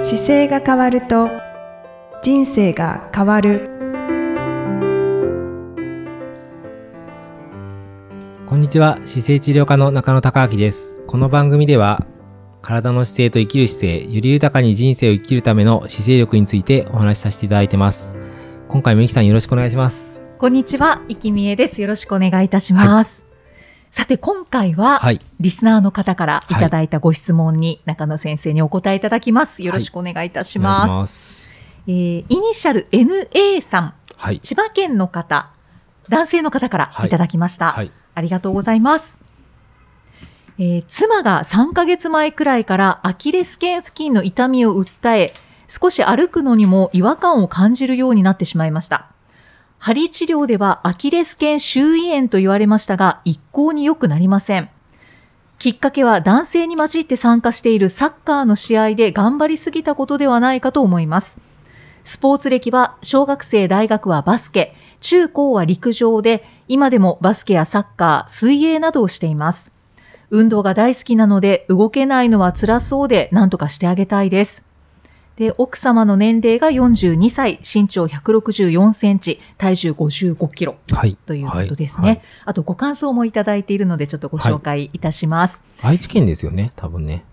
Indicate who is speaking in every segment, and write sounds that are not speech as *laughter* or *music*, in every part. Speaker 1: 姿勢が変わると人生が変わる
Speaker 2: こんにちは姿勢治療科の中野孝明ですこの番組では体の姿勢と生きる姿勢より豊かに人生を生きるための姿勢力についてお話しさせていただいてます今回もゆきさんよろしくお願いします
Speaker 3: こんにちは、いきみえです。よろしくお願いいたします。さて、今回は、
Speaker 2: はい
Speaker 3: リスナーの方からいただいたご質問に、中野先生にお答えいただきます。よろしくお願いいたし
Speaker 2: お願い
Speaker 3: ます。
Speaker 2: します
Speaker 3: えーイニシャル NA さん、
Speaker 2: はい
Speaker 3: 千葉県の方、男性の方から
Speaker 2: はい
Speaker 3: いただきました。
Speaker 2: はい
Speaker 3: ありがとうございます。えー妻が3ヶ月前くらいからアキレス腱付近の痛みを訴え、少し歩くのにも違和感を感じるようになってしまいました。針治療ではアキレス腱周囲炎と言われましたが、一向に良くなりません。きっかけは男性に混じって参加しているサッカーの試合で頑張りすぎたことではないかと思います。スポーツ歴は小学生、大学はバスケ、中高は陸上で、今でもバスケやサッカー、水泳などをしています。運動が大好きなので動けないのは辛そうで何とかしてあげたいです。で、奥様の年齢が42歳、身長164センチ、体重55キロ
Speaker 2: はい
Speaker 3: ということですね。
Speaker 2: はいはい
Speaker 3: あとご感想もいただいているのでちょっとご紹介いたします。
Speaker 2: 愛知県ですよね多分ね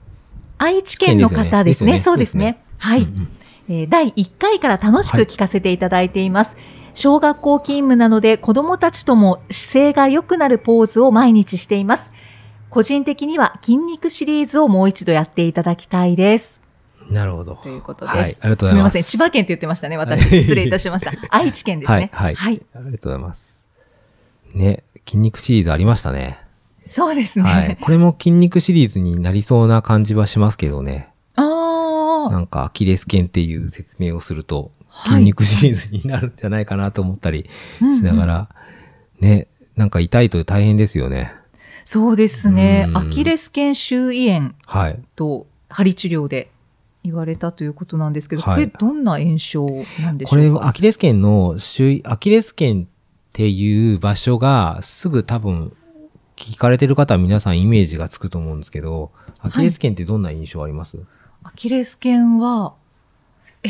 Speaker 3: 愛知県の方ですね。
Speaker 2: ですよね
Speaker 3: そうです
Speaker 2: です
Speaker 3: ね。は
Speaker 2: う
Speaker 3: い。
Speaker 2: んうん
Speaker 3: えー第1回から楽しく
Speaker 2: はい
Speaker 3: 聞かせていただいています。小学校勤務なので子供たちとも姿勢が良くなるポーズを毎日しています。個人的には筋肉シリーズをもう一度やっていただきたいです。
Speaker 2: なるほど
Speaker 3: ということです。
Speaker 2: はいありがとうございます
Speaker 3: みません。千葉県って言ってましたね。私。
Speaker 2: はい
Speaker 3: 失礼いたし
Speaker 2: *laughs*
Speaker 3: ました。愛知県ですね。
Speaker 2: はいはいありがとうございますね筋肉シリーズありましたね
Speaker 3: そうですね。
Speaker 2: はいこれも筋肉シリーズになりそうな感じはしますけどね
Speaker 3: あ
Speaker 2: なんかアキレス腱っていう説明をすると、
Speaker 3: はい
Speaker 2: 筋肉シリーズになるんじゃないかなと思ったり
Speaker 3: あ。
Speaker 2: しなが
Speaker 3: うんうん
Speaker 2: ら、ね、なんか痛いと大変ですよね。
Speaker 3: そうですね
Speaker 2: う。ん
Speaker 3: アキレス腱周囲炎
Speaker 2: はい。
Speaker 3: と針治療で言われたということなんですけど、
Speaker 2: はい
Speaker 3: これどんな炎症なんでしょ
Speaker 2: こ
Speaker 3: う
Speaker 2: れ
Speaker 3: か
Speaker 2: アキレス腱の周囲、アキレス腱っていう場所がすぐ多分聞かれてる方は皆さんイメージがつくと思うんですけど、アキレス腱ってどんな印象あります、
Speaker 3: アキレス腱はえ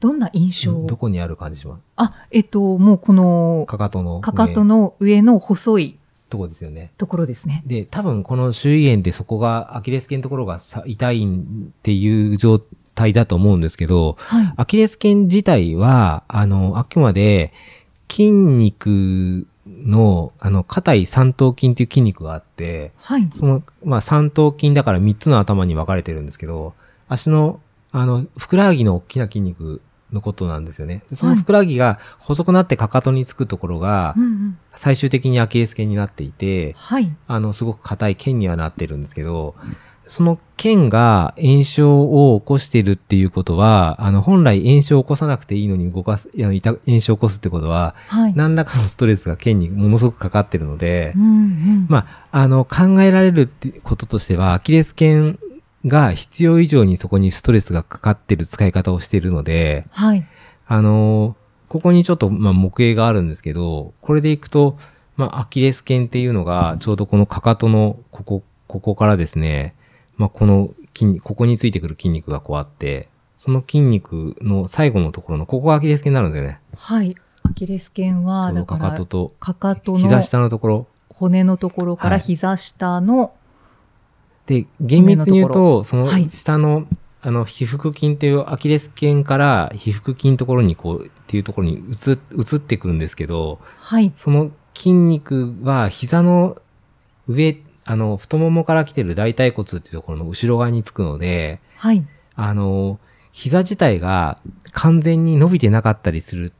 Speaker 3: どんな印象
Speaker 2: どこにある感じします
Speaker 3: あえっともうこの
Speaker 2: かかとの上。
Speaker 3: かかとの上の細い
Speaker 2: とこですよね。
Speaker 3: ところですね。
Speaker 2: で、多分この周囲炎でそこが、アキレス腱のところがさ痛いっていう状態だと思うんですけど、
Speaker 3: はい、
Speaker 2: アキレス腱自体は、あの、あくまで筋肉の、あの、硬い三頭筋っていう筋肉があって、
Speaker 3: はい、
Speaker 2: その、まあ、三頭筋だから三つの頭に分かれてるんですけど、足の、あの、ふくらはぎの大きな筋肉のことなんですよね。でそのふくらはぎが細くなってかかとにつくところが
Speaker 3: うん、うん、
Speaker 2: 最終的にアキレス腱になっていて、
Speaker 3: はい、
Speaker 2: あの、すごく硬い剣にはなってるんですけど、その剣が炎症を起こしてるっていうことは、あの、本来炎症を起こさなくていいのに動かす、あの痛炎症を起こすってことは、
Speaker 3: はい、
Speaker 2: 何らかのストレスが剣にものすごくかかってるので
Speaker 3: うん、、うん、
Speaker 2: まあ、あの、考えられるってこととしては、アキレス腱が必要以上にそこにストレスがかかってる使い方をしているので、
Speaker 3: はい、
Speaker 2: あのーここにちょっと、まあ、模型があるんですけど、これでいくと、まあ、アキレス腱っていうのが、ちょうどこのかかとの、ここ、ここからですね、まあ、この筋、ここについてくる筋肉がこうあって、その筋肉の最後のところの、ここがアキレス腱になるんですよね。
Speaker 3: はい、アキレス腱
Speaker 2: そ
Speaker 3: はだ
Speaker 2: の
Speaker 3: か
Speaker 2: からかとと、
Speaker 3: かかと
Speaker 2: 膝
Speaker 3: の
Speaker 2: 下のところ。
Speaker 3: 骨のところか
Speaker 2: は
Speaker 3: ら
Speaker 2: い
Speaker 3: 膝下の、
Speaker 2: で、厳密に言うと、その
Speaker 3: はい
Speaker 2: 下の、あの、皮腹筋っていうアキレス腱から皮腹筋のところにこう、っていうところに移っ、移ってくるんですけど、
Speaker 3: はい、
Speaker 2: その筋肉は膝の上、あの、太ももから来てる大腿骨っていうところの後ろ側につくので、
Speaker 3: はい、
Speaker 2: あの、膝自体が完全に伸びてなかったりする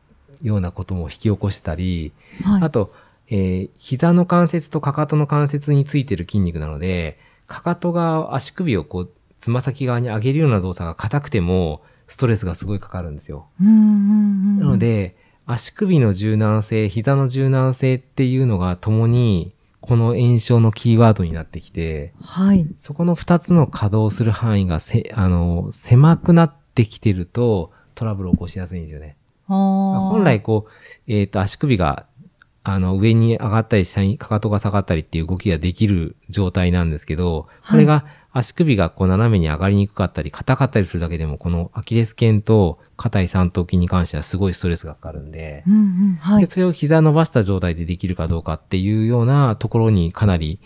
Speaker 2: ようなことも引き起こしてたり、
Speaker 3: はい、
Speaker 2: あと、えー膝の関節とかかとの関節についてる筋肉なので、かかとが足首をこう、つま先側に上げるような動作が硬くても、ストレスがすごいかかるんですよ。
Speaker 3: うん、うん、うん、
Speaker 2: なの、で、足首の柔軟性、膝の柔軟性っていうのがともに、この炎症のキーワードになってきて、
Speaker 3: はい、
Speaker 2: そこの二つの稼働する範囲がせ、あの、狭くなってきてると、トラブルを起こしやすいんですよね。
Speaker 3: 本
Speaker 2: 本来こう、えっ、と、足首が、あの、上に上がったり下にかかとが下がったりっていう動きができる状態なんですけど、これが足首がこう斜めに上がりにくかったり、硬かったりするだけでも、このアキレス腱と硬い三頭筋に関してはすごいストレスがかかるんで、
Speaker 3: うんうん。は
Speaker 2: で、
Speaker 3: い。
Speaker 2: それを膝伸ばした状態でできるかどうかっていうようなところにかなり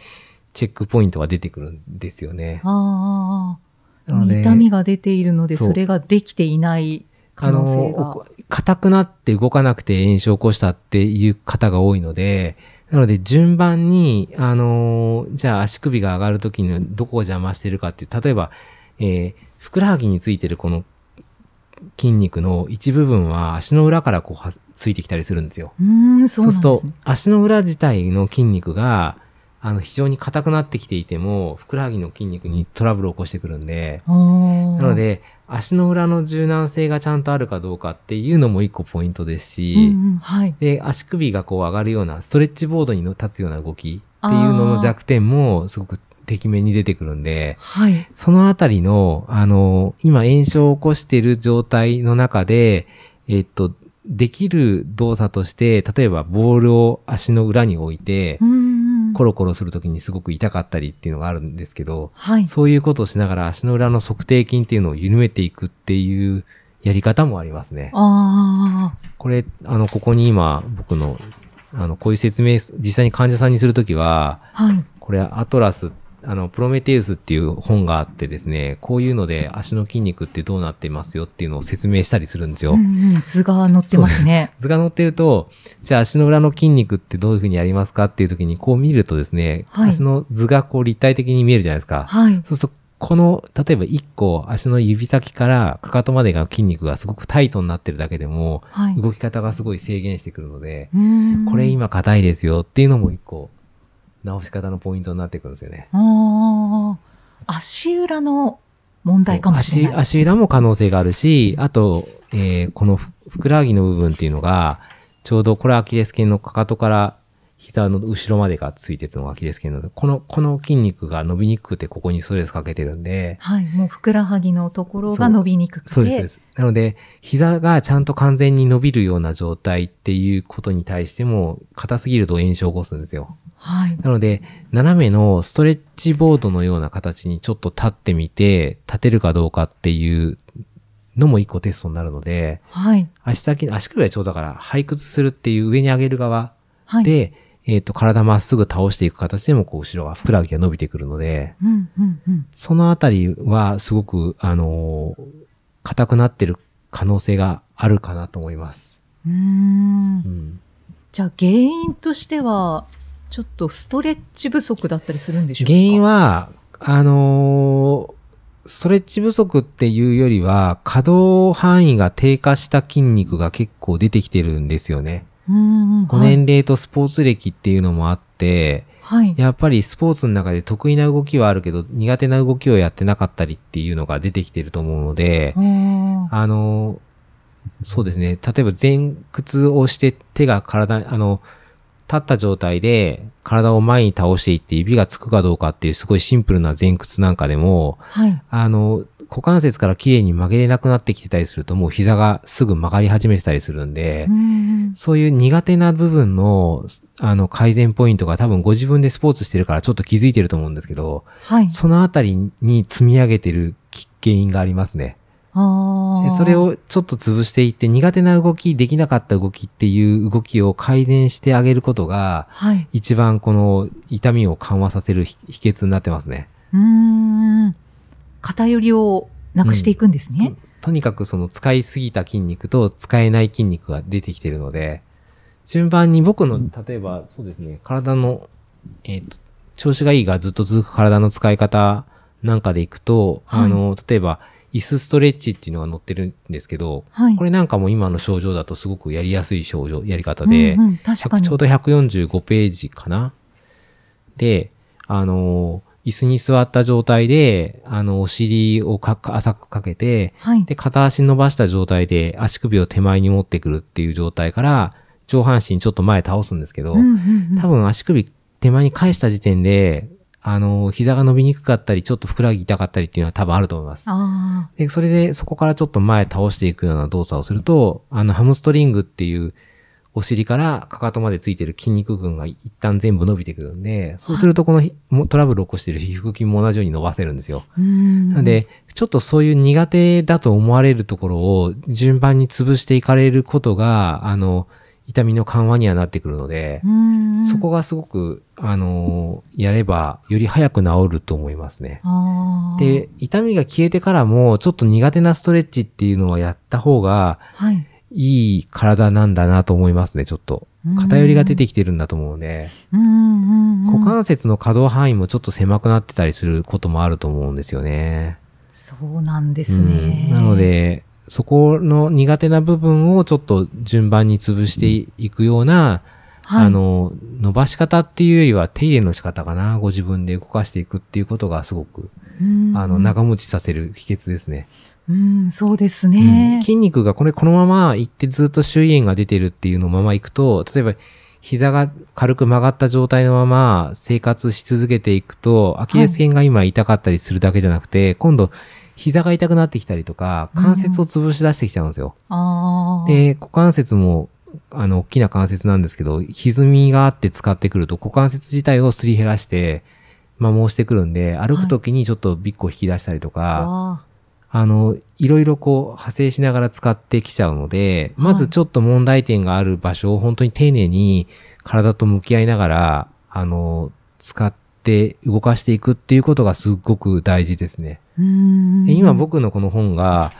Speaker 2: チェックポイントが出てくるんですよね。
Speaker 3: あああ
Speaker 2: な
Speaker 3: あ、
Speaker 2: ので
Speaker 3: 痛みが出ているので、
Speaker 2: そう
Speaker 3: それができていない可能性
Speaker 2: お
Speaker 3: が。
Speaker 2: こ硬くなって動かなくて炎症を起こしたっていう方が多いので、なので順番に、あのーじゃあ足首が上がるときにどこを邪魔してるかっていう、例えば、えーふくらはぎについてるこの筋肉の一部分は足の裏からこうはついてきたりするんですよ。
Speaker 3: うーん、そ
Speaker 2: そう
Speaker 3: うなん
Speaker 2: す
Speaker 3: で
Speaker 2: ると
Speaker 3: すね。、
Speaker 2: 足の裏自体の筋肉が、あの、非常に硬くなってきていても、ふくらはぎの筋肉にトラブルを起こしてくるんで、
Speaker 3: な
Speaker 2: なの、で、足の裏の柔軟性がちゃんとあるかどうかっていうのも一個ポイントです
Speaker 3: う
Speaker 2: し、
Speaker 3: んうん、はい。
Speaker 2: で、足首がこう上がるような、ストレッチボードに立つような動きっていうのの弱点もすごくてきめに出てくるんで、
Speaker 3: はい。
Speaker 2: そのあたりの、あの、今炎症を起こしている状態の中で、えっと、できる動作として、例えばボールを足の裏に置いて
Speaker 3: う、んうん
Speaker 2: コロコロするときにすごく痛かったりっていうのがあるんですけど、
Speaker 3: はい。
Speaker 2: そういうことをしながら足の裏の測定筋っていうのを緩めていくっていうやり方もありますね。
Speaker 3: ああ、
Speaker 2: これ、あの、ここに今、僕の、あの、こういう説明、実際に患者さんにするときは、
Speaker 3: はい。
Speaker 2: これアトラス、あの、プロメテウスっていう本があってですね、こういうので足の筋肉ってどうなってますよっていうのを説明したりするんですよ。
Speaker 3: うんうん、図が載ってますね。
Speaker 2: 図が載ってると、じゃあ足の裏の筋肉ってどういうふうにやりますかっていう時にこう見るとですね、
Speaker 3: はい
Speaker 2: 足の図がこう立体的に見えるじゃないですか。
Speaker 3: はい。
Speaker 2: そうすると、この、例えば1個足の指先からかかとまでが筋肉がすごくタイトになってるだけでも、
Speaker 3: はい。
Speaker 2: 動き方がすごい制限してくるので、
Speaker 3: うん
Speaker 2: これ。今硬いですよっていうのも1個、直し方のポイントになってくるんですよね。
Speaker 3: ああ、足裏の問題かもしれない。
Speaker 2: 足足裏も可能性があるし、あと、えーこのふふくらはぎの部分っていうのが、ちょうどこれはアキレス腱のかかとから膝の後ろまでがついてるのがアキレス腱の、この、この筋肉が伸びにくくてここにストレスかけてるんで、
Speaker 3: はい。もうふくらはぎのところが伸びにくくて。
Speaker 2: そうです、そうです。なので、膝がちゃんと完全に伸びるような状態っていうことに対しても、硬すぎると炎症を起こすんですよ。
Speaker 3: はい。
Speaker 2: なので、斜めのストレッチボードのような形にちょっと立ってみて、立てるかどうかっていうのも一個テストになるので、
Speaker 3: はい。
Speaker 2: 足先、足首はちょうどだから、背屈するっていう上に上げる側
Speaker 3: はい。
Speaker 2: で、えっ、と、体まっすぐ倒していく形でも、こう、後ろが、ふくらはぎが伸びてくるので、
Speaker 3: うん、うん、うん。
Speaker 2: そのあたりは、すごく、あのー硬くなってる可能性があるかなと思います。
Speaker 3: うーん
Speaker 2: うん。
Speaker 3: じゃあ原因としては、ちょっとストレッチ不足だったりするんでしょうか
Speaker 2: 原因は、あのーストレッチ不足っていうよりは、可動範囲が低下した筋肉が結構出てきてるんですよね。
Speaker 3: うんうん
Speaker 2: ご年齢とスポーツ歴っていうのもあって、
Speaker 3: はい。はい
Speaker 2: やっぱりスポーツの中で得意な動きはあるけど、苦手な動きをやってなかったりっていうのが出てきてると思うので、
Speaker 3: あー
Speaker 2: あの、そうですね。例えば前屈をして手が体に、あの、立った状態で体を前に倒していって指がつくかどうかっていうすごいシンプルな前屈なんかでも、
Speaker 3: はい。
Speaker 2: あの、股関節から綺麗に曲げれなくなってきてたりするともう膝がすぐ曲がり始めてたりするんで、
Speaker 3: うんうん
Speaker 2: そういう苦手な部分の、あの、改善ポイントが多分ご自分でスポーツしてるからちょっと気づいてると思うんですけど、
Speaker 3: はい。
Speaker 2: そのあたりに積み上げてるき原因がありますね。
Speaker 3: あ
Speaker 2: で
Speaker 3: あ。
Speaker 2: それ、をちょっと潰していって苦手な動き、できなかった動きっていう動きを改善してあげることが、
Speaker 3: はい。
Speaker 2: 一番この痛みを緩和させるひ秘訣になってますね。
Speaker 3: うーん。偏りをなくしていくんですね。
Speaker 2: とにかくその使いすぎた筋肉と使えない筋肉が出てきてるので、順番に僕の、例えばそうですね、体の、えっと調子がいいがずっと続く体の使い方なんかでいくと、
Speaker 3: はい
Speaker 2: あの、例えば、椅子ストレッチっていうのが載ってるんですけど、
Speaker 3: はい。
Speaker 2: これなんかも今の症状だとすごくやりやすい症状、やり方で、
Speaker 3: うんうん確かに
Speaker 2: ちょうど145ページかな。で、あの、椅子に座った状態で、あの、お尻をか浅くかけて、
Speaker 3: はい。
Speaker 2: で、片足伸ばした状態で足首を手前に持ってくるっていう状態から、上半身ちょっと前倒すんですけど、
Speaker 3: うんうんうん
Speaker 2: 多分足首手前に返した時点で、あの、膝が伸びにくかったり、ちょっとふくらはぎ痛かったりっていうのは多分あると思います。
Speaker 3: あ
Speaker 2: で、それでそこからちょっと前倒していくような動作をすると、あの、ハムストリングっていう、お尻からかかとまでついてる筋肉群が一旦全部伸びてくるんで、そうするとこのひもトラブルを起こしてる皮膚筋も同じように伸ばせるんですよ。な
Speaker 3: の
Speaker 2: の、で、ちょっとそういう苦手だと思われるところを順番に潰していかれることが、あの、痛みの緩和にはなってくるので
Speaker 3: う、ん
Speaker 2: そこがすごく、あの、やればより早く治ると思いますね。
Speaker 3: あー、
Speaker 2: で、痛みが消えてからも、ちょっと苦手なストレッチっていうのはやった方が
Speaker 3: はい、
Speaker 2: いい体なんだなと思いますね、ちょっと。偏りが出てきてるんだと思うので、
Speaker 3: うんうんうんうん
Speaker 2: 股関節の可動範囲もちょっと狭くなってたりすることもあると思うんですよね。
Speaker 3: そうなんですね。
Speaker 2: うんなの、で、そこの苦手な部分をちょっと順番に潰していくような、
Speaker 3: はい、
Speaker 2: あの、伸ばし方っていうよりは手入れの仕方かな。ご自分で動かしていくっていうことがすごく、
Speaker 3: うん、
Speaker 2: あの、長持ちさせる秘訣ですね。
Speaker 3: うん、そうです
Speaker 2: うん
Speaker 3: ね。
Speaker 2: 筋肉がこれこのまま行ってずっと周囲炎が出てるっていうのまま行くと、例えば膝が軽く曲がった状態のまま生活し続けていくと、アキレス腱が今痛かったりするだけじゃなくて、今度膝が痛くなってきたりとか、関節を潰し出してきちゃうんですよ。
Speaker 3: ああ。
Speaker 2: で、股関節も、あの、大きな関節なんですけど、歪みがあって使ってくると、股関節自体をすり減らして、摩耗してくるんで、歩くときにちょっとビッグを引き出したりとか、
Speaker 3: あ
Speaker 2: あの、いろいろこう派生しながら使ってきちゃうので、まずちょっと問題点がある場所を本当に丁寧に体と向き合いながら、あの、使って動かしていくっていうことがすっごく大事ですね。
Speaker 3: ーうん
Speaker 2: で今、僕のこの本が、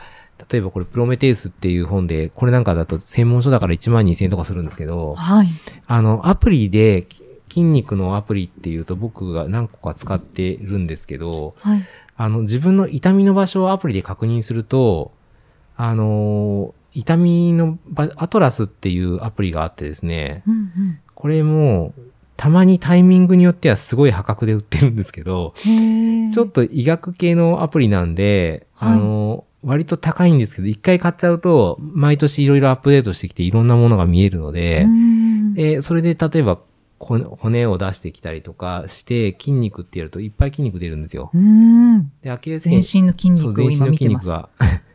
Speaker 2: 例えばこれプロメテウスっていう本で、これなんかだと専門書だから1万2000円とかするんですけど、
Speaker 3: はい。
Speaker 2: あの、アプリで、筋肉のアプリっていうと僕が何個か使ってるんですけど、
Speaker 3: はい。
Speaker 2: あの、自分の痛みの場所をアプリで確認すると、あのー痛みの場、アトラスっていうアプリがあってですね、
Speaker 3: うんうん。
Speaker 2: これも、たまにタイミングによってはすごい破格で売ってるんですけど、
Speaker 3: へえ。
Speaker 2: ちょっと医学系のアプリなんで、
Speaker 3: はい
Speaker 2: あのー割と高いんですけど、一回買っちゃうと、毎年いろいろアップデートしてきていろんなものが見えるので
Speaker 3: う、ん
Speaker 2: で、それで例えば、こ骨を出してきたりとかして、筋肉ってやるといっぱい筋肉出るんですよ。
Speaker 3: うん。
Speaker 2: で、アキレス
Speaker 3: 全
Speaker 2: 腱
Speaker 3: 身の筋
Speaker 2: そう、
Speaker 3: 肉
Speaker 2: 全
Speaker 3: を
Speaker 2: 身
Speaker 3: 今
Speaker 2: の筋
Speaker 3: 見てま
Speaker 2: 肉
Speaker 3: す。
Speaker 2: が。 *laughs*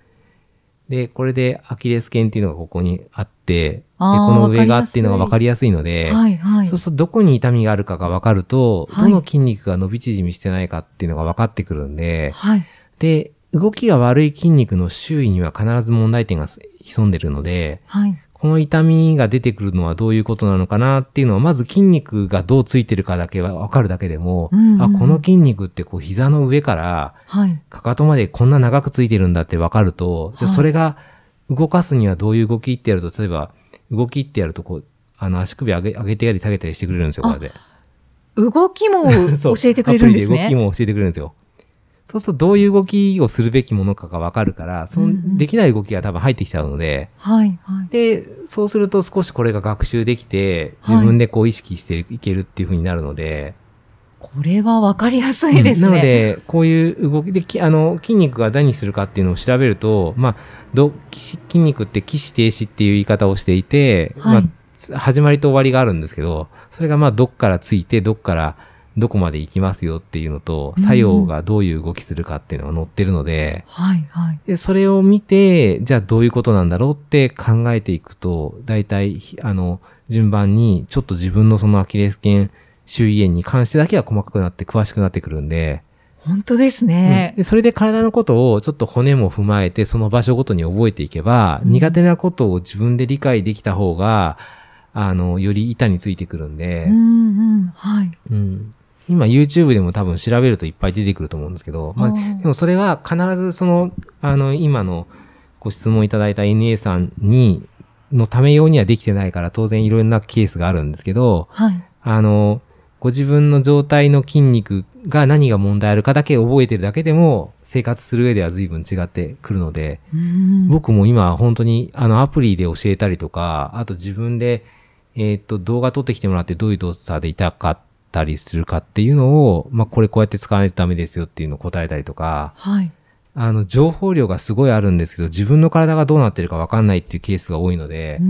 Speaker 2: で、これでアキレス腱っていうのがここにあって、で、こ
Speaker 3: あー
Speaker 2: の上がっていうのが分かりやすいので、
Speaker 3: はいはい。
Speaker 2: そうするとどこに痛みがあるかが分かると、
Speaker 3: はい
Speaker 2: どの筋肉が伸び縮みしてないかっていうのが分かってくるんで、
Speaker 3: はい。
Speaker 2: で、動きが悪い筋肉の周囲には必ず問題点が潜んでるので、
Speaker 3: はい。
Speaker 2: この痛みが出てくるのはどういうことなのかなっていうのは、まず筋肉がどうついてるかだけは分かるだけでも、
Speaker 3: うんうん
Speaker 2: あ、この筋肉ってこう膝の上から、
Speaker 3: はい。
Speaker 2: かかとまでこんな長くついてるんだって分かると、じゃあ
Speaker 3: はい
Speaker 2: それが動かすにはどういう動きってやると、例えば、動きってやると、こう、あの、足首上げ、上げてやり下げたりしてくれるんですよ、これで。
Speaker 3: 動きも
Speaker 2: *laughs* そ
Speaker 3: 教
Speaker 2: う
Speaker 3: えてくれるんです
Speaker 2: アプリで
Speaker 3: ね。
Speaker 2: 動きも教えてくれるんですよ。そうすると、どういう動きをするべきものかが分かるから、そ
Speaker 3: うんうん
Speaker 2: の、できない動きが多分入ってきちゃうので、
Speaker 3: はいはい。
Speaker 2: で、そうすると少しこれが学習できて、
Speaker 3: はい
Speaker 2: 自分でこう意識していけるっていう風になるので、
Speaker 3: これはわかりやすいですね。
Speaker 2: うんなの、で、こういう動きで、きあの、筋肉が何するかっていうのを調べると、まあ、ど筋筋肉って起死停止っていう言い方をしていて、
Speaker 3: は
Speaker 2: ま
Speaker 3: い
Speaker 2: あつ、始まりと終わりがあるんですけど、それがまあ、どっからついて、どっから、どこまで行きますよっていうのと、
Speaker 3: うん
Speaker 2: 作用がどういう動きするかっていうのが載ってるので、
Speaker 3: はいはい。
Speaker 2: でそれを見て、じゃあどういうことなんだろうって考えていくと、大体、ひあの、順番に、ちょっと自分のそのアキレス腱周囲炎に関してだけは細かくなって、詳しくなってくるんで、
Speaker 3: 本当です
Speaker 2: うん
Speaker 3: ね。
Speaker 2: でそれで体のことをちょっと骨も踏まえて、その場所ごとに覚えていけば、
Speaker 3: うん
Speaker 2: 苦手なことを自分で理解できた方が、あの、より板についてくるんで
Speaker 3: う、んうん。はい。
Speaker 2: うん今 YouTube でも多分調べるといっぱい出てくると思うんですけど、まあ
Speaker 3: あー
Speaker 2: でもそれは必ずその、あの、今のご質問いただいた NA さんに、のため用にはできてないから、当然いろんなケースがあるんですけど、
Speaker 3: はい。
Speaker 2: あの、ご自分の状態の筋肉が何が問題あるかだけ覚えてるだけでも、生活する上では随分違ってくるので、
Speaker 3: うん
Speaker 2: 僕も今本当にあのアプリで教えたりとか、あと自分で、えーっと、動画撮ってきてもらってどういう動作で痛かったりするかっていうのを、まあ、これこうやって使わないとダメですよっていうのを答えたりとか、
Speaker 3: はい。
Speaker 2: あの、情報量がすごいあるんですけど、自分の体がどうなってるかわかんないっていうケースが多いので、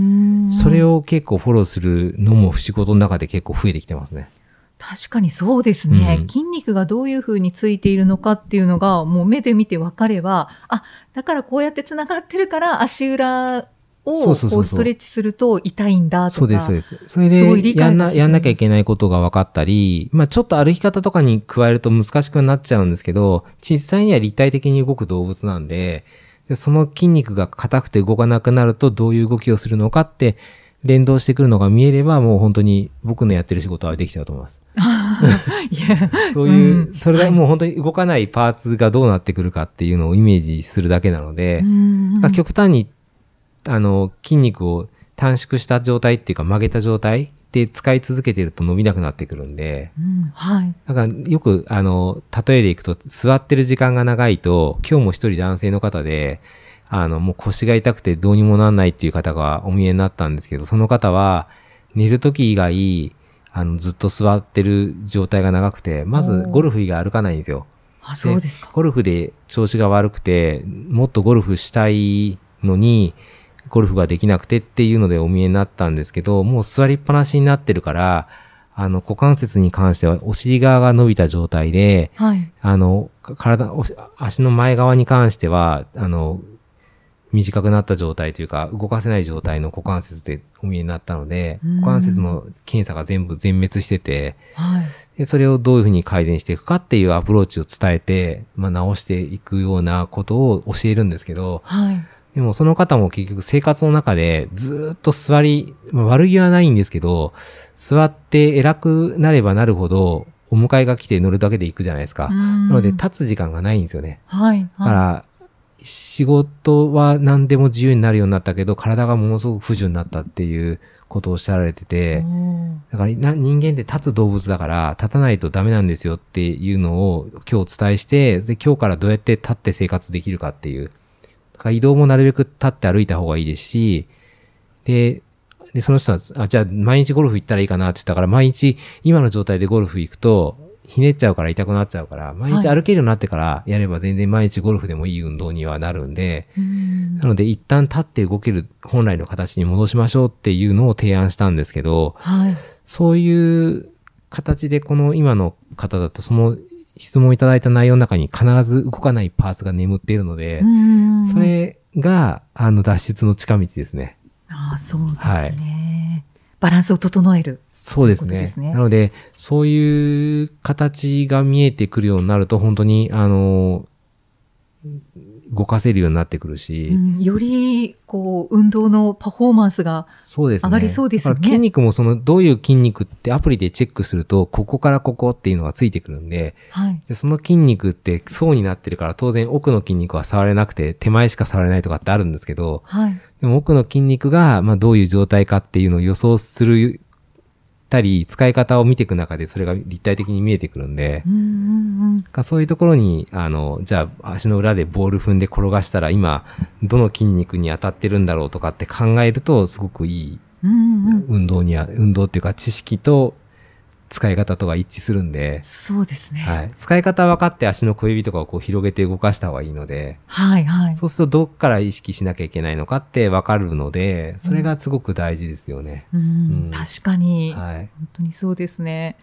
Speaker 2: それ
Speaker 3: を。
Speaker 2: を結構フォローするのも仕事の中で結構増えてきてますね。
Speaker 3: 確かにそうですね、
Speaker 2: うん
Speaker 3: 筋肉がどういうふうについているのかっていうのが、もう目で見て分かれば、あ、だからこうやってつながってるから足裏
Speaker 2: そ
Speaker 3: を
Speaker 2: うそうそうそう
Speaker 3: こうストレッチすると痛いんだとか。
Speaker 2: そうです、そうです。それ
Speaker 3: すごい理
Speaker 2: で、
Speaker 3: 解が
Speaker 2: やんな、
Speaker 3: 進む
Speaker 2: やんなきゃいけないことが分かったり、まあちょっと歩き方とかに加えると難しくなっちゃうんですけど、実際には立体的に動く動物なんで、でその筋肉が硬くて動かなくなるとどういう動きをするのかって連動してくるのが見えればもう本当に僕のやってる仕事はできちゃうと思います。
Speaker 3: いや、
Speaker 2: そういう、
Speaker 3: うん
Speaker 2: それでもう本当に動かないパーツがどうなってくるかっていうのをイメージするだけなので、
Speaker 3: うん
Speaker 2: が極端にあの筋肉を短縮した状態っていうか曲げた状態で使い続けてると伸びなくなってくるんで、
Speaker 3: うんはい。
Speaker 2: だからよくあの例えでいくと座ってる時間が長いと今日も一人男性の方であのもう腰が痛くてどうにもなんないっていう方がお見えになったんですけどその方は寝る時以外あのずっと座ってる状態が長くてま
Speaker 3: お
Speaker 2: ず
Speaker 3: ー
Speaker 2: ゴルフ以外歩かないんですよ。
Speaker 3: あ、そうですか。
Speaker 2: ゴルフで調子が悪くて、もっとゴルフしたいのに、ゴルフができなくてっていうのでお見えになったんですけど、もう座りっぱなしになってるから、あの、股関節に関してはお尻側が伸びた状態で、
Speaker 3: はい。
Speaker 2: あの、か体、おし足の前側に関しては、あの、短くなった状態というか、動かせない状態の股関節でお見えになったので、
Speaker 3: うん
Speaker 2: 股関節の検査が全部全滅してて、
Speaker 3: はい。
Speaker 2: で、それをどういうふうに改善していくかっていうアプローチを伝えて、まあ、直していくようなことを教えるんですけど、
Speaker 3: はい。
Speaker 2: でもその方も結局生活の中でずーっと座り、まあ、悪気はないんですけど、座って偉くなればなるほど、お迎えが来て乗るだけで行くじゃないですか。な
Speaker 3: な
Speaker 2: ので、立つ時間がないんですよね。
Speaker 3: はい。
Speaker 2: だか
Speaker 3: は
Speaker 2: ら、仕事は何でも自由になるようになったけど、体がものすごく不自由になったっていうことをおっしゃられて
Speaker 3: い。
Speaker 2: て、
Speaker 3: おー
Speaker 2: だからな人間って立つ動物だから立たないとダメなんですよっていうのを今日お伝えしてで今日からどうやって立って生活できるかっていうだから移動もなるべく立って歩いた方がいいですしででその人はあじゃあ毎日ゴルフ行ったらいいかなって言ったから毎日今の状態でゴルフ行くとひねっちゃうから痛くなっちゃうから毎日
Speaker 3: はい
Speaker 2: 歩けるようになってからやれば全然毎日ゴルフでもいい運動にはなるんで、
Speaker 3: うん
Speaker 2: なので一旦立って動ける本来の形に戻しましょうっていうのを提案したんですけど、
Speaker 3: はい。
Speaker 2: そういう形でこの今の方だとその質問いただいた内容の中に必ず動かないパーツが眠っているので、
Speaker 3: うん
Speaker 2: それがあの脱出の近道ですね。
Speaker 3: ああ、そうです
Speaker 2: は
Speaker 3: ね。バランスを整える。
Speaker 2: そうです
Speaker 3: ということ
Speaker 2: ね。
Speaker 3: ですね
Speaker 2: なので、そういう形が見えてくるようになると本当にあの、動かせるようになってくるし、
Speaker 3: うんより、こう、運動のパフォーマンスが、
Speaker 2: そうですね。
Speaker 3: 上がりそうですよね
Speaker 2: だから筋肉もその、どういう筋肉ってアプリでチェックすると、ここからここっていうのがついてくるんで、
Speaker 3: はい。
Speaker 2: でその筋肉って層になってるから当然奥の筋肉は触れなくて手前しか触れないとかってあるんですけど、
Speaker 3: はい。
Speaker 2: でも奥の筋肉がまあどういう状態かっていうのを予想するたり、使い方を見ていく中でそれが立体的に見えてくるんで、
Speaker 3: うんうんうん。
Speaker 2: かそういうところに、あの、じゃあ足の裏でボール踏んで転がしたら今どの筋肉に当たってるんだろうとかって考えるとすごくいい
Speaker 3: うんうん
Speaker 2: 運動には、運動っていうか知識と使い方とは一致するんで、
Speaker 3: そうですね。
Speaker 2: はい、使い方分かって足の小指とかをこう広げて動かした方がいいので
Speaker 3: はい。はい。
Speaker 2: そうするとどっから意識しなきゃいけないのかって分かるのでそれがすごく大事ですよね。
Speaker 3: うん
Speaker 2: うん
Speaker 3: 確かに、
Speaker 2: はい、
Speaker 3: 本当にそうですね。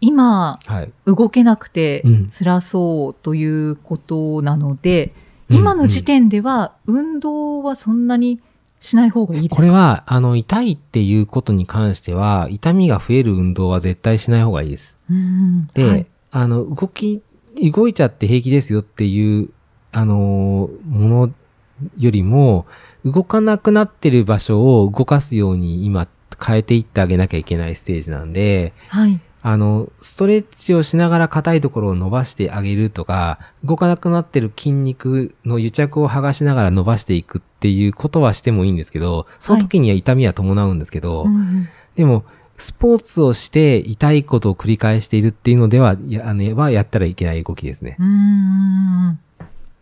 Speaker 3: 今、
Speaker 2: はい
Speaker 3: 動けなくて
Speaker 2: うん
Speaker 3: 辛そうということなので、
Speaker 2: うん
Speaker 3: 今の時点では運動はそんなにしない方がいいですか
Speaker 2: これはあの痛いっていうことに関しては痛みが増える運動は絶対しない方がいいです。
Speaker 3: うん
Speaker 2: で、
Speaker 3: はい
Speaker 2: あの動き動いちゃって平気ですよっていうあのーものよりも動かなくなってる場所を動かすように今変えていってあげなきゃいけないステージなんで、
Speaker 3: はい。
Speaker 2: あの、ストレッチをしながら硬いところを伸ばしてあげるとか、動かなくなってる筋肉の癒着を剥がしながら伸ばしていくっていうことはしてもいいんですけど、その時には痛みは伴うんですけど、
Speaker 3: うん
Speaker 2: でも、スポーツをして痛いことを繰り返しているっていうのでは、やあのはやったらいけない動きですね。
Speaker 3: うん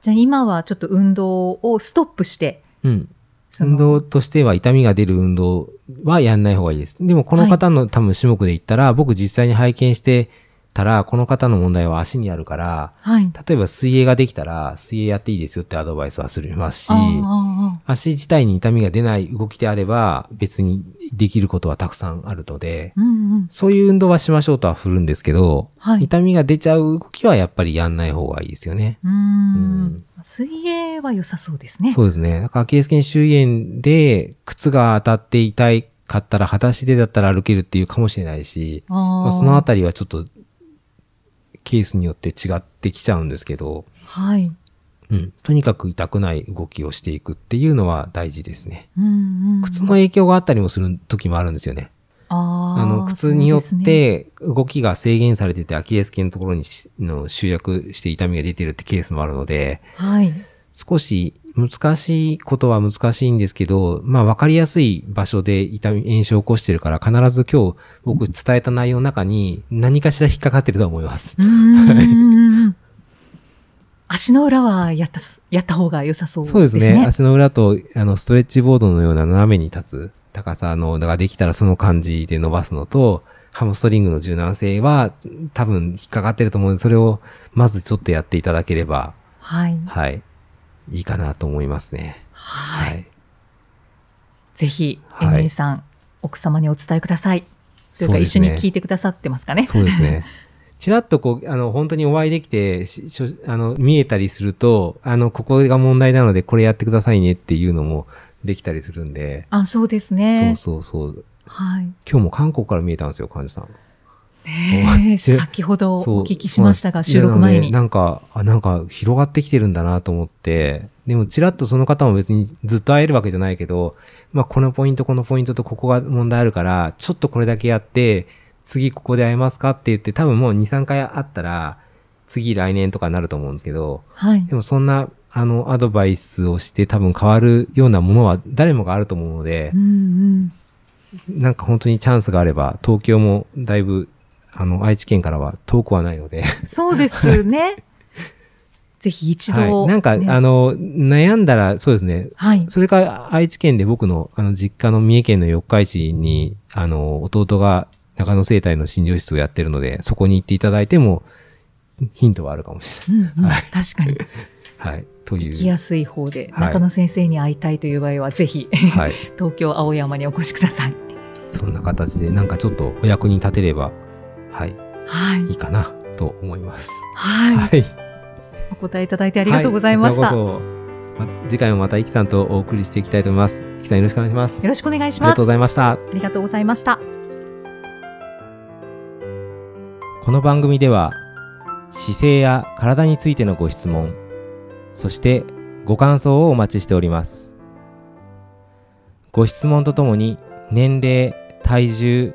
Speaker 3: じゃあ今はちょっと運動をストップして、
Speaker 2: うん。
Speaker 3: その
Speaker 2: 運動としては痛みが出る運動はやんない方がいいです。でもこの方の、多分種目で言ったら、僕実際に拝見してたら、この方の問題は足にあるから、
Speaker 3: はい。
Speaker 2: 例えば水泳ができたら、水泳やっていいですよってアドバイスはするますし
Speaker 3: あ、あ
Speaker 2: 足自体に痛みが出ない動きであれば、別にできることはたくさんあるので、
Speaker 3: ああうんうん
Speaker 2: そういう運動はしましょうとは振るんですけど、
Speaker 3: はい
Speaker 2: 痛みが出ちゃう動きはやっぱりやんない方がいいですよね。
Speaker 3: うん
Speaker 2: うん
Speaker 3: 水泳れは良さそうですね。
Speaker 2: そうですね。なんかアキレス腱周囲炎で、靴が当たって痛いかったら、裸足でだったら歩けるっていうかもしれないし、ま
Speaker 3: あ
Speaker 2: あ
Speaker 3: ー
Speaker 2: そのあたりはちょっと、ケースによって違ってきちゃうんですけど、
Speaker 3: はい。
Speaker 2: うん。とにかく痛くない動きをしていくっていうのは大事ですね。
Speaker 3: うんうん、
Speaker 2: 靴の影響があったりもする時もあるんですよね。
Speaker 3: あー
Speaker 2: あの、靴によっ
Speaker 3: そうですね
Speaker 2: て動きが制限されてて、アキレス腱のところにしの集約して痛みが出てるってケースもあるので、 *laughs*
Speaker 3: はい。
Speaker 2: 少し難しいことは難しいんですけど、まあ分かりやすい場所で痛み、炎症を起こしてるから、必ず今日僕伝えた内容の中に何かしら引っかかってると思います。
Speaker 3: うんうんうんうん足の裏はやったす、やった方が良さそうです
Speaker 2: そうで
Speaker 3: ね。
Speaker 2: すね。足の裏と、あの、ストレッチボードのような斜めに立つ高さの、ができたらその感じで伸ばすのと、ハムストリングの柔軟性は多分引っかかってると思うので、それをまずちょっとやっていただければ、
Speaker 3: はい。
Speaker 2: はい、いいかなと思いますね。
Speaker 3: はい。
Speaker 2: い。
Speaker 3: ぜひ、
Speaker 2: はい
Speaker 3: NA さん、奥様にお伝えください。という
Speaker 2: そ
Speaker 3: か、
Speaker 2: うで
Speaker 3: 一
Speaker 2: す
Speaker 3: 緒に
Speaker 2: ね
Speaker 3: 聞いてくださってますかね。
Speaker 2: そうです
Speaker 3: *laughs*
Speaker 2: ね。ちらっとこう、あの、本当にお会いできて、ししょあの、見えたりすると、あの、ここが問題なので、これやってくださいねっていうのもできたりするんで、
Speaker 3: あ、そうですね。
Speaker 2: そうそうそう。
Speaker 3: はい。
Speaker 2: 今日も韓国から見えたんですよ、患者さん。
Speaker 3: ねえ
Speaker 2: そう
Speaker 3: 先ほど
Speaker 2: そう
Speaker 3: お聞きしましたが、
Speaker 2: そう
Speaker 3: 収
Speaker 2: なんです
Speaker 3: 録前
Speaker 2: いやなの
Speaker 3: に。
Speaker 2: でなんか、あ、なんか広がってきてるんだなと思って、でもちらっとその方も別にずっと会えるわけじゃないけど、まあこのポイント、このポイントとここが問題あるから、ちょっとこれだけやって、次ここで会えますかって言って、多分もう2、3回会ったら、次来年とかになると思うんですけど、
Speaker 3: はい
Speaker 2: で。もそんな、あの、アドバイスをして多分変わるようなものは誰もがあると思うので
Speaker 3: うん、うん。
Speaker 2: なんか本当にチャンスがあれば、東京もだいぶ、あの、愛知県からは遠くはないので、
Speaker 3: そうですね。 *laughs* ぜひ一
Speaker 2: は
Speaker 3: 度。
Speaker 2: い、なんか、
Speaker 3: ね
Speaker 2: あの、悩んだら、そうですね。
Speaker 3: はい。
Speaker 2: それか、愛知県で僕の、あの、実家の三重県の四日市に、あの、弟が中野生態の診療室をやってるので、そこに行っていただいても、ヒントはあるかもし
Speaker 3: うんうん
Speaker 2: は
Speaker 3: 確かに。
Speaker 2: れない。はい。と
Speaker 3: 行き
Speaker 2: いう。
Speaker 3: やすい方で、
Speaker 2: はい
Speaker 3: 中野先生に会いたいという場合は、ぜひ、
Speaker 2: はい。
Speaker 3: 東京青山にお越しください。
Speaker 2: そんな形で、なんかちょっとお役に立てれば、はい、
Speaker 3: はい。
Speaker 2: いいかな、と思います。
Speaker 3: はい。
Speaker 2: はい。
Speaker 3: お答えいただいてありがとうございまし
Speaker 2: はこ
Speaker 3: た。
Speaker 2: ち
Speaker 3: よ
Speaker 2: らこそま次回もまた、イキさんとお送りしていきたいと思います。イキさんよろしくお願いします。
Speaker 3: ろしくお願いし
Speaker 2: あり
Speaker 3: ま
Speaker 2: が
Speaker 3: す
Speaker 2: とうご。ざいました。
Speaker 3: ありがとうございました。
Speaker 2: この番組では姿勢や体についてのご質問そしてご感想をお待ちしておりますご質問とともに年齢体重